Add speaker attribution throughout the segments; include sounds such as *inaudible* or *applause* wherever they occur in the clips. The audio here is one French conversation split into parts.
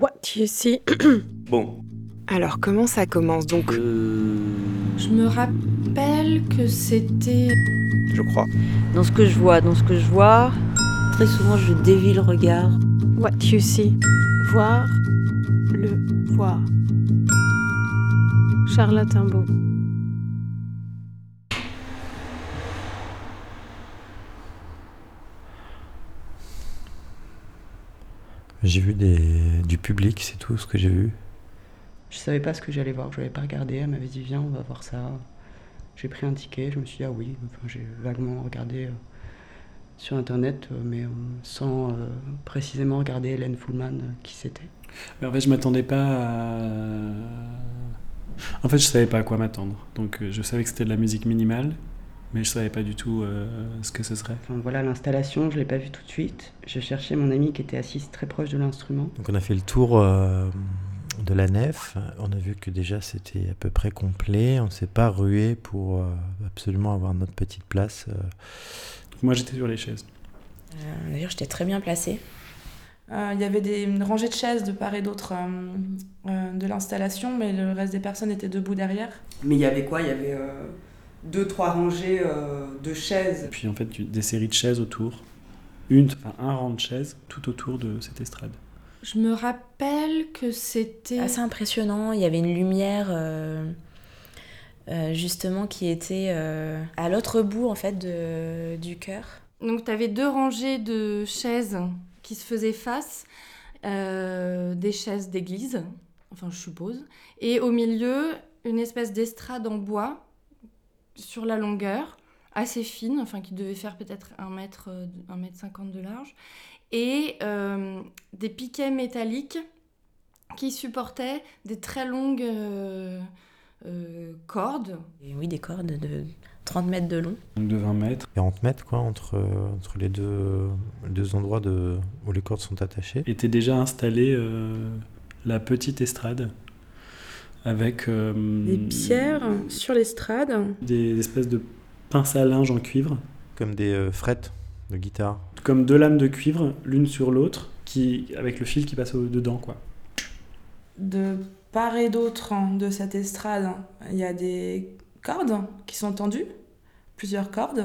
Speaker 1: Ouais, tu sais.
Speaker 2: Bon.
Speaker 3: Alors comment ça commence donc
Speaker 2: euh,
Speaker 4: Je me rappelle que c'était.
Speaker 2: Je crois.
Speaker 5: Dans ce que je vois, dans ce que je vois, très souvent je dévie le regard.
Speaker 1: What you see.
Speaker 6: Voir le voir. Charlotte Timbaud.
Speaker 7: J'ai vu des... du public, c'est tout ce que j'ai vu.
Speaker 8: Je savais pas ce que j'allais voir, je l'avais pas regardé. Elle m'avait dit viens, on va voir ça. J'ai pris un ticket, je me suis dit ah oui. Enfin, j'ai vaguement regardé euh, sur internet, euh, mais euh, sans euh, précisément regarder Hélène Fullman euh, qui c'était.
Speaker 9: Mais en fait, je m'attendais pas à. En fait, je savais pas à quoi m'attendre. Donc, euh, je savais que c'était de la musique minimale, mais je savais pas du tout euh, ce que ce serait.
Speaker 8: Enfin voilà l'installation, je l'ai pas vue tout de suite. Je cherchais mon amie qui était assise très proche de l'instrument.
Speaker 7: Donc on a fait le tour euh, de la nef. On a vu que déjà c'était à peu près complet. On s'est pas rué pour euh, absolument avoir notre petite place. euh.
Speaker 9: Moi, j'étais sur les chaises.
Speaker 10: Euh, D'ailleurs, j'étais très bien placée.
Speaker 4: Euh, Il y avait des, une rangée de chaises de part et d'autre euh, euh, de l'installation, mais le reste des personnes étaient debout derrière.
Speaker 8: Mais il y avait quoi Il y avait euh, deux, trois rangées euh, de chaises.
Speaker 9: Puis, en fait, du- des séries de chaises autour. Une, enfin, un rang de chaises tout autour de cette estrade.
Speaker 4: Je me rappelle que c'était.
Speaker 10: Assez impressionnant, il y avait une lumière euh, euh, justement qui était euh, à l'autre bout en fait de- du cœur.
Speaker 11: Donc, tu avais deux rangées de chaises qui se faisaient face, euh, des chaises d'église, enfin, je suppose, et au milieu, une espèce d'estrade en bois sur la longueur, assez fine, enfin, qui devait faire peut-être 1 mètre, euh, 1 mètre 50 de large, et euh, des piquets métalliques qui supportaient des très longues euh, euh, cordes.
Speaker 10: Et oui, des cordes de 30 mètres de long.
Speaker 9: Donc, de 20 mètres.
Speaker 7: 40 mètres quoi entre, euh, entre les deux, les deux endroits de, où les cordes sont attachées.
Speaker 9: Était déjà installée euh, la petite estrade avec. euh,
Speaker 12: Des pierres sur l'estrade.
Speaker 9: Des espèces de pinces à linge en cuivre.
Speaker 7: Comme des euh, frettes de guitare.
Speaker 9: comme deux lames de cuivre l'une sur l'autre qui avec le fil qui passe au dedans quoi.
Speaker 4: de part et d'autre hein, de cette estrade, il y a des cordes qui sont tendues, plusieurs cordes.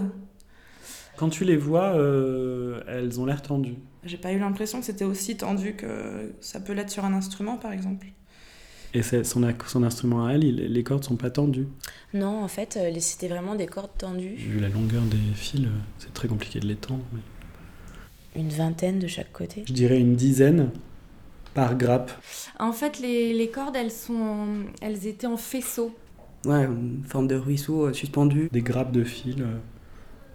Speaker 9: Quand tu les vois, euh, elles ont l'air tendues.
Speaker 4: J'ai pas eu l'impression que c'était aussi tendu que ça peut l'être sur un instrument, par exemple.
Speaker 9: Et c'est- son, ac- son instrument à elle, il- les cordes sont pas tendues.
Speaker 10: Non, en fait, euh, les- c'était vraiment des cordes tendues,
Speaker 9: Vu la longueur des fils, euh, c'est très compliqué de les tendre. mais-
Speaker 10: une vingtaine de chaque côté.
Speaker 9: Je dirais une dizaine par grappe.
Speaker 11: En fait, les, les cordes, elles, sont, en- elles étaient en faisceau.
Speaker 8: Ouais, une forme de ruisseau euh, suspendu.
Speaker 9: Des grappes de fils euh,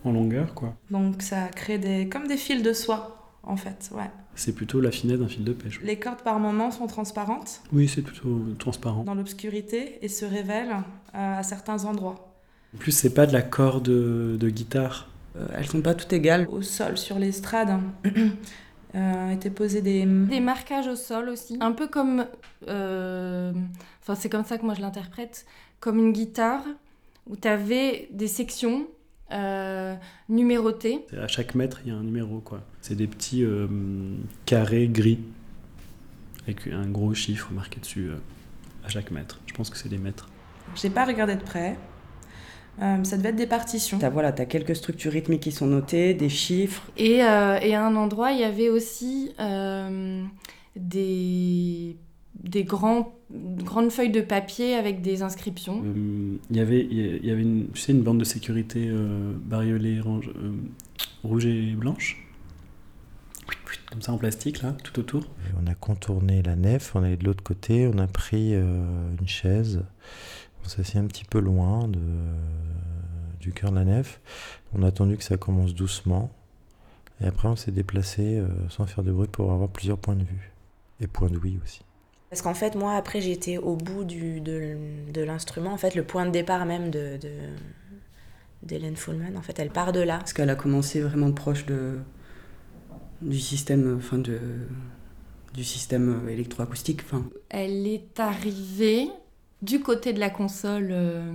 Speaker 9: en longueur quoi.
Speaker 4: Donc ça crée des comme des fils de soie en fait, ouais.
Speaker 9: C'est plutôt la finesse d'un fil de pêche.
Speaker 4: Les cordes par moments sont transparentes
Speaker 9: Oui, c'est plutôt euh, transparent.
Speaker 4: dans l'obscurité et se révèlent euh, à certains endroits,
Speaker 9: En plus, c'est pas de la corde euh, de guitare.
Speaker 8: Euh, elles sont pas toutes égales.
Speaker 4: au sol sur l'estrade. *clears throat* hein, euh, étaient posées des
Speaker 11: Des marquages au sol aussi. Un peu comme. euh, Enfin, c'est comme ça que moi je l'interprète. Comme une guitare où tu avais des sections euh, numérotées.
Speaker 9: À chaque mètre, il y a un numéro, quoi. C'est des petits euh, carrés gris avec un gros chiffre marqué dessus euh, à chaque mètre. Je pense que c'est des mètres.
Speaker 4: J'ai pas regardé de près. Euh, ça devait être des partitions.
Speaker 8: T'as voilà, t'as quelques structures rythmiques qui sont notées, des chiffres.
Speaker 11: Et, euh, et à un endroit, il y avait aussi euh, des, des grands, grandes feuilles de papier avec des inscriptions.
Speaker 9: Euh, Il y avait, il y avait une, tu sais, une bande de sécurité euh, bariolée range- euh, rouge et blanche, comme ça en plastique là, tout autour.
Speaker 7: Et on a contourné la nef, on est allé de l'autre côté, on a pris euh, une chaise, on s'est assis un petit peu loin de, euh, du cœur de la nef. On a attendu que ça commence doucement. Et après, on s'est déplacé euh, sans faire de bruit pour avoir plusieurs points de vue. Et points d'ouïe aussi.
Speaker 10: Parce qu'en fait, moi, après, j'étais au bout du, de, de l'instrument, en fait, le point de départ même de, de, d'Hélène Fullman, en fait, elle part de là.
Speaker 8: Parce qu'elle a commencé vraiment proche de, du système, euh, enfin de, du système euh, électroacoustique. Enfin,
Speaker 11: Elle est arrivée du côté de la console euh,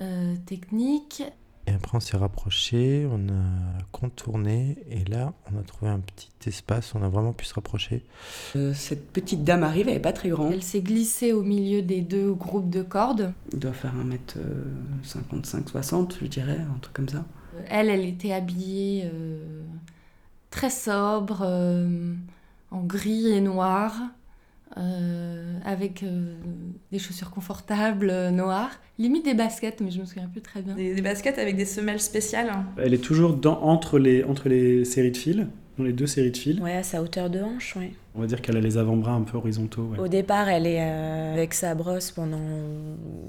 Speaker 11: euh, technique.
Speaker 7: Et Et après, on s'est rapproché, on a contourné, et là, on a trouvé un petit espace, on a vraiment pu se rapprocher.
Speaker 8: Euh, cette petite dame arrive, elle n'est pas très grande.
Speaker 11: Elle s'est glissée au milieu des deux groupes de cordes.
Speaker 8: Elle doit faire 1m55-60, je dirais, un truc comme ça.
Speaker 11: Euh, Elle, elle était habillée euh, très sobre, euh, en gris et noir, euh, avec euh, des chaussures confortables euh, noires, limite des baskets, mais je me souviens plus très bien.
Speaker 4: Des, des baskets avec des semelles spéciales. hein.
Speaker 9: Elle est toujours dans, entre, les, entre les séries de fils, dans les deux séries de fils.
Speaker 10: Ouais, à sa hauteur de hanche, ouais.
Speaker 9: On va dire qu'elle a les avant-bras un peu horizontaux. ouais.
Speaker 10: Au départ, elle est euh, avec sa brosse pendant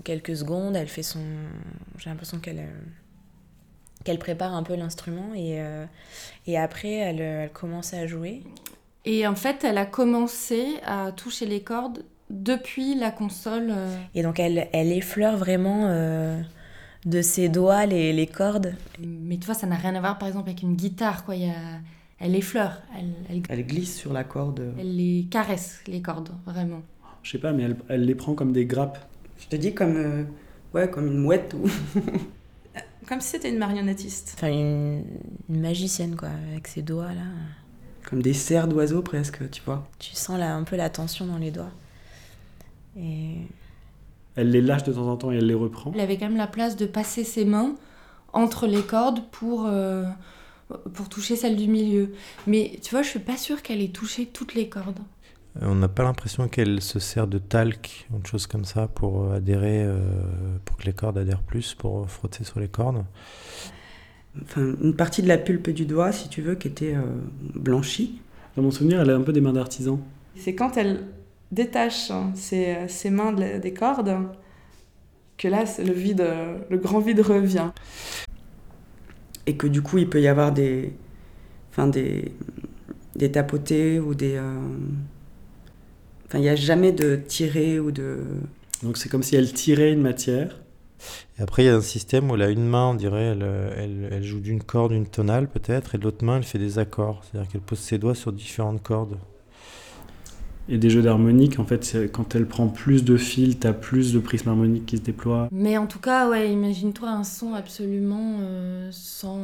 Speaker 10: quelques secondes. Elle fait son. J'ai l'impression qu'elle euh, qu'elle prépare un peu l'instrument et, euh, et après, elle, euh, elle commence à jouer.
Speaker 11: Et en fait, elle a commencé à toucher les cordes depuis la console. euh,
Speaker 10: Et donc, elle, elle effleure vraiment euh, de ses doigts les, les cordes.
Speaker 11: Mais tu vois, ça n'a rien à voir, par exemple, avec une guitare, quoi. Il y a- Elle effleure, elle, elle,
Speaker 8: Elle glisse sur la corde.
Speaker 11: elle les caresse, les cordes, vraiment.
Speaker 9: Je sais pas, mais elle, elle les prend comme des grappes.
Speaker 8: Je te dis comme, euh, ouais, comme une mouette ou... *laughs*
Speaker 4: Comme si c'était une marionnettiste.
Speaker 10: Enfin, une, une magicienne, quoi, avec ses doigts là.
Speaker 8: comme des serres d'oiseaux presque, tu vois.
Speaker 10: Tu sens là un peu la tension dans les doigts. Et
Speaker 9: Elle les lâche de temps en temps et elle les reprend.
Speaker 11: Elle avait quand même la place de passer ses mains entre les cordes pour, euh, pour toucher celle du milieu. Mais tu vois, je suis pas sûre qu'elle ait touché toutes les cordes.
Speaker 7: Euh, On n'a pas l'impression qu'elle se sert de talc, ou de choses comme ça, pour euh, adhérer, euh, pour que les cordes adhèrent plus, pour euh, frotter sur les cordes.
Speaker 8: Enfin, une partie de la pulpe du doigt, si tu veux, qui était euh, blanchie.
Speaker 9: Dans mon souvenir, elle a un peu des mains d'artisan.
Speaker 4: C'est quand elle détache hein, ses, ses mains de la- des cordes que là, c'est le vide, euh, le grand vide revient.
Speaker 8: Et que du coup, il peut y avoir des, enfin, des, des tapotés ou des... euh, Enfin, il n'y a jamais de tirer ou de...
Speaker 9: Donc c'est comme si elle tirait une matière.
Speaker 7: Et après, il y a un système où elle a une main, on dirait, elle, euh, elle- elle joue d'une corde, une tonale peut-être, et de l'autre main, elle fait des accords. C'est-à-dire qu'elle pose ses doigts sur différentes cordes.
Speaker 9: Et des jeux d'harmonique, en fait, c'est- quand elle prend plus de fils, t'as plus de prismes harmoniques qui se déploient.
Speaker 11: Mais en tout cas, ouais, imagine-toi un son absolument euh, sans,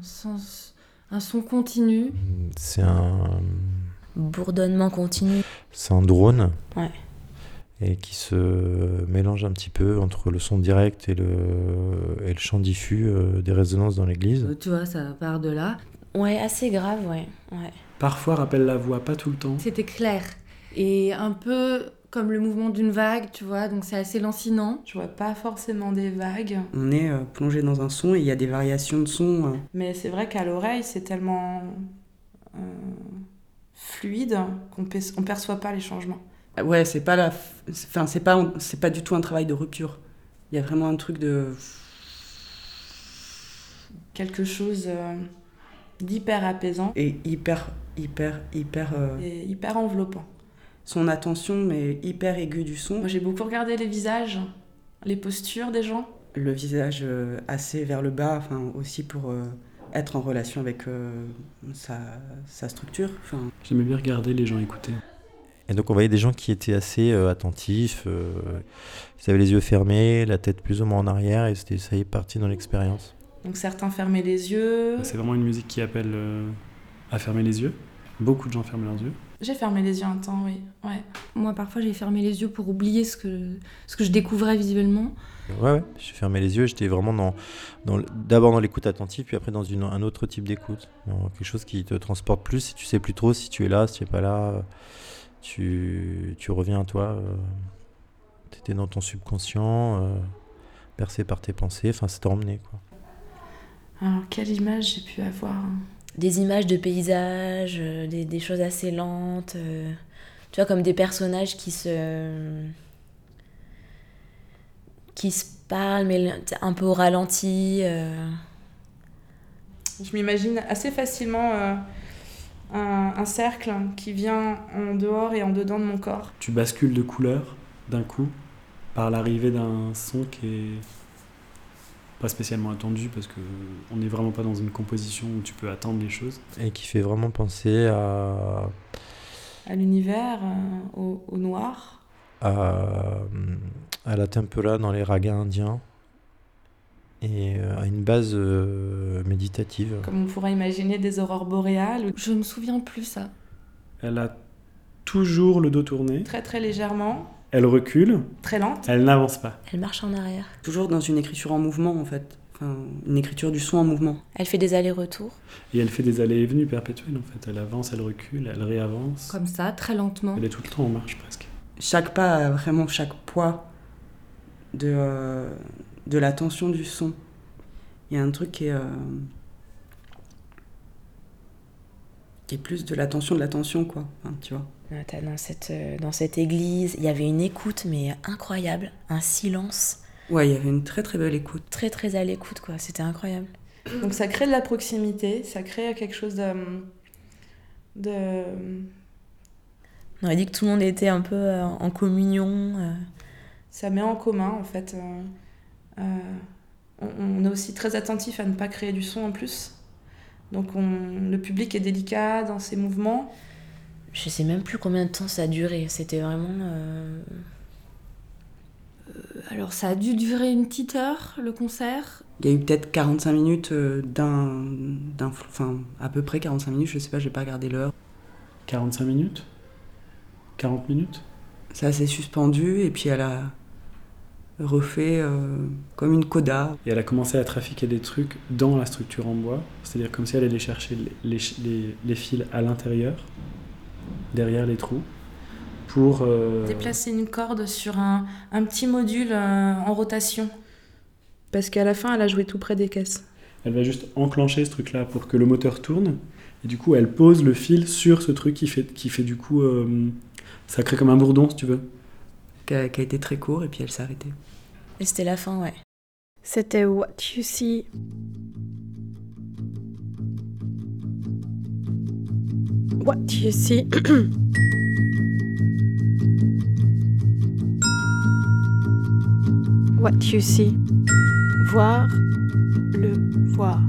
Speaker 11: sans. un son continu.
Speaker 7: C'est un,
Speaker 10: bourdonnement continu.
Speaker 7: c'est un drone.
Speaker 10: Ouais.
Speaker 7: Et qui se mélange un petit peu entre le son direct et le, et le chant diffus euh, des résonances dans l'église.
Speaker 11: Euh, Tu vois, ça part de là.
Speaker 10: Ouais, assez grave, ouais. ouais.
Speaker 9: Parfois rappelle la voix, pas tout le temps.
Speaker 11: C'était clair. Et un peu comme le mouvement d'une vague, tu vois, donc c'est assez lancinant.
Speaker 4: Je vois pas forcément des vagues,
Speaker 8: On est euh, plongé dans un son et il y a des variations de son. euh.
Speaker 4: mais c'est vrai qu'à l'oreille, c'est tellement euh, fluide qu'on pe- on perçoit pas les changements.
Speaker 8: Ah Ouais, c'est pas la... f- c'est- Enfin, c'est pas, c'est pas du tout un travail de rupture. Il y a vraiment un truc de...
Speaker 4: Quelque chose euh, d'hyper apaisant
Speaker 8: Et hyper, hyper, hyper... euh,
Speaker 4: et hyper enveloppant.
Speaker 8: son attention, mais hyper aiguë du son.
Speaker 4: Moi, j'ai beaucoup regardé les visages, les postures des gens.
Speaker 8: le visage euh, assez vers le bas, enfin, aussi pour euh, être en relation avec euh, sa, sa structure. Enfin,
Speaker 9: J'aimais bien regarder les gens écouter.
Speaker 7: Et donc on voyait des gens qui étaient assez euh, attentifs, euh, ils avaient les yeux fermés, la tête plus ou moins en arrière, et c'était ça y est parti dans l'expérience.
Speaker 4: Donc certains fermaient les yeux.
Speaker 9: C'est vraiment une musique qui appelle euh, à fermer les yeux. Beaucoup de gens ferment leurs yeux.
Speaker 4: J'ai fermé les yeux un temps, oui. Ouais.
Speaker 11: Moi, parfois, j'ai fermé les yeux pour oublier ce que, ce que je découvrais visuellement.
Speaker 7: Ouais, ouais, je fermais les yeux, j'étais vraiment dans, dans le- d'abord dans l'écoute attentive, puis après dans une, un autre type d'écoute, Dans quelque chose qui te transporte plus, si tu sais plus trop si tu es là, si tu es pas là, tu, tu reviens à toi, tu étais dans ton subconscient, euh, bercé par tes pensées, enfin ça t'a emmené quoi.
Speaker 4: Alors, quelle image j'ai pu avoir hein.
Speaker 10: Des images de paysages, euh, des, des choses assez lentes. euh, tu vois, comme des personnages qui se. qui se parlent, mais le- t'sais, un peu au ralenti. euh.
Speaker 4: Je m'imagine assez facilement euh, un, un cercle qui vient en dehors et en dedans de mon corps.
Speaker 9: Tu bascules de couleur d'un coup par l'arrivée d'un son qui est pas spécialement attendu parce que on n'est vraiment pas dans une composition où tu peux attendre les choses.
Speaker 7: Et qui fait vraiment penser à
Speaker 4: À l'univers, euh, au, au noir.
Speaker 7: à, à la tempura dans les ragas indiens et euh, à une base euh, méditative.
Speaker 4: Comme on pourrait imaginer des aurores boréales.
Speaker 11: Je me souviens plus ça.
Speaker 9: Elle a toujours le dos tourné.
Speaker 4: Très très légèrement,
Speaker 9: Elle recule.
Speaker 4: très lente.
Speaker 9: Elle n'avance pas.
Speaker 10: Elle marche en arrière.
Speaker 8: Toujours dans une écriture en mouvement, en fait. Enfin, une écriture du son en mouvement.
Speaker 10: Elle fait des allers-retours,
Speaker 9: Et elle fait des allées et venues perpétuelles en fait. Elle avance, elle recule, elle réavance.
Speaker 11: comme ça, très lentement.
Speaker 9: Elle est tout le temps en marche presque.
Speaker 8: Chaque pas a vraiment chaque poids de, euh, de la tension du son. Il y a un truc qui est, euh, qui est plus de la tension de la tension, quoi. Enfin, tu vois.
Speaker 10: Euh, t'as Dans cette, euh, dans cette église, il y avait une écoute, mais incroyable. Un silence.
Speaker 8: Ouais, il y avait une très très belle écoute.
Speaker 10: Très, très à l'écoute, quoi. C'était incroyable.
Speaker 4: Donc ça crée de la proximité, ça crée quelque chose de... de...
Speaker 10: On aurait dit que tout le monde était un peu euh, en communion. euh.
Speaker 4: Ça met en commun en fait. euh, euh, on, on est aussi très attentif à ne pas créer du son en plus. Donc on- le public est délicat dans ses mouvements.
Speaker 10: Je sais même plus combien de temps ça a duré. C'était vraiment. euh,
Speaker 11: Alors ça a dû durer une petite heure, le concert.
Speaker 8: Il y a eu peut-être 45 minutes euh, d'un. d'un flou- Enfin, à peu près 45 minutes, je sais pas, j'ai pas regardé l'heure.
Speaker 9: 45 minutes 40 minutes
Speaker 8: Ça s'est suspendu et puis elle a refait euh, comme une coda.
Speaker 9: Et elle a commencé à trafiquer des trucs dans la structure en bois, c'est-à-dire comme si elle allait chercher les, les- les- les fils à l'intérieur, derrière les trous, pour... euh,
Speaker 4: Déplacer une corde sur un, un petit module euh, en rotation.
Speaker 12: Parce qu'à la fin, elle a joué tout près des caisses.
Speaker 9: elle va juste enclencher ce truc-là pour que le moteur tourne, et du coup elle pose le fil sur ce truc qui fait, qui fait du coup... euh, ça crée comme un bourdon si tu veux.
Speaker 8: qui a, qui a été très court et puis elle s'est arrêtée.
Speaker 10: Et c'était la fin, ouais.
Speaker 1: C'était What You See. What You See. *coughs* What You See.
Speaker 6: Voir. Le voir.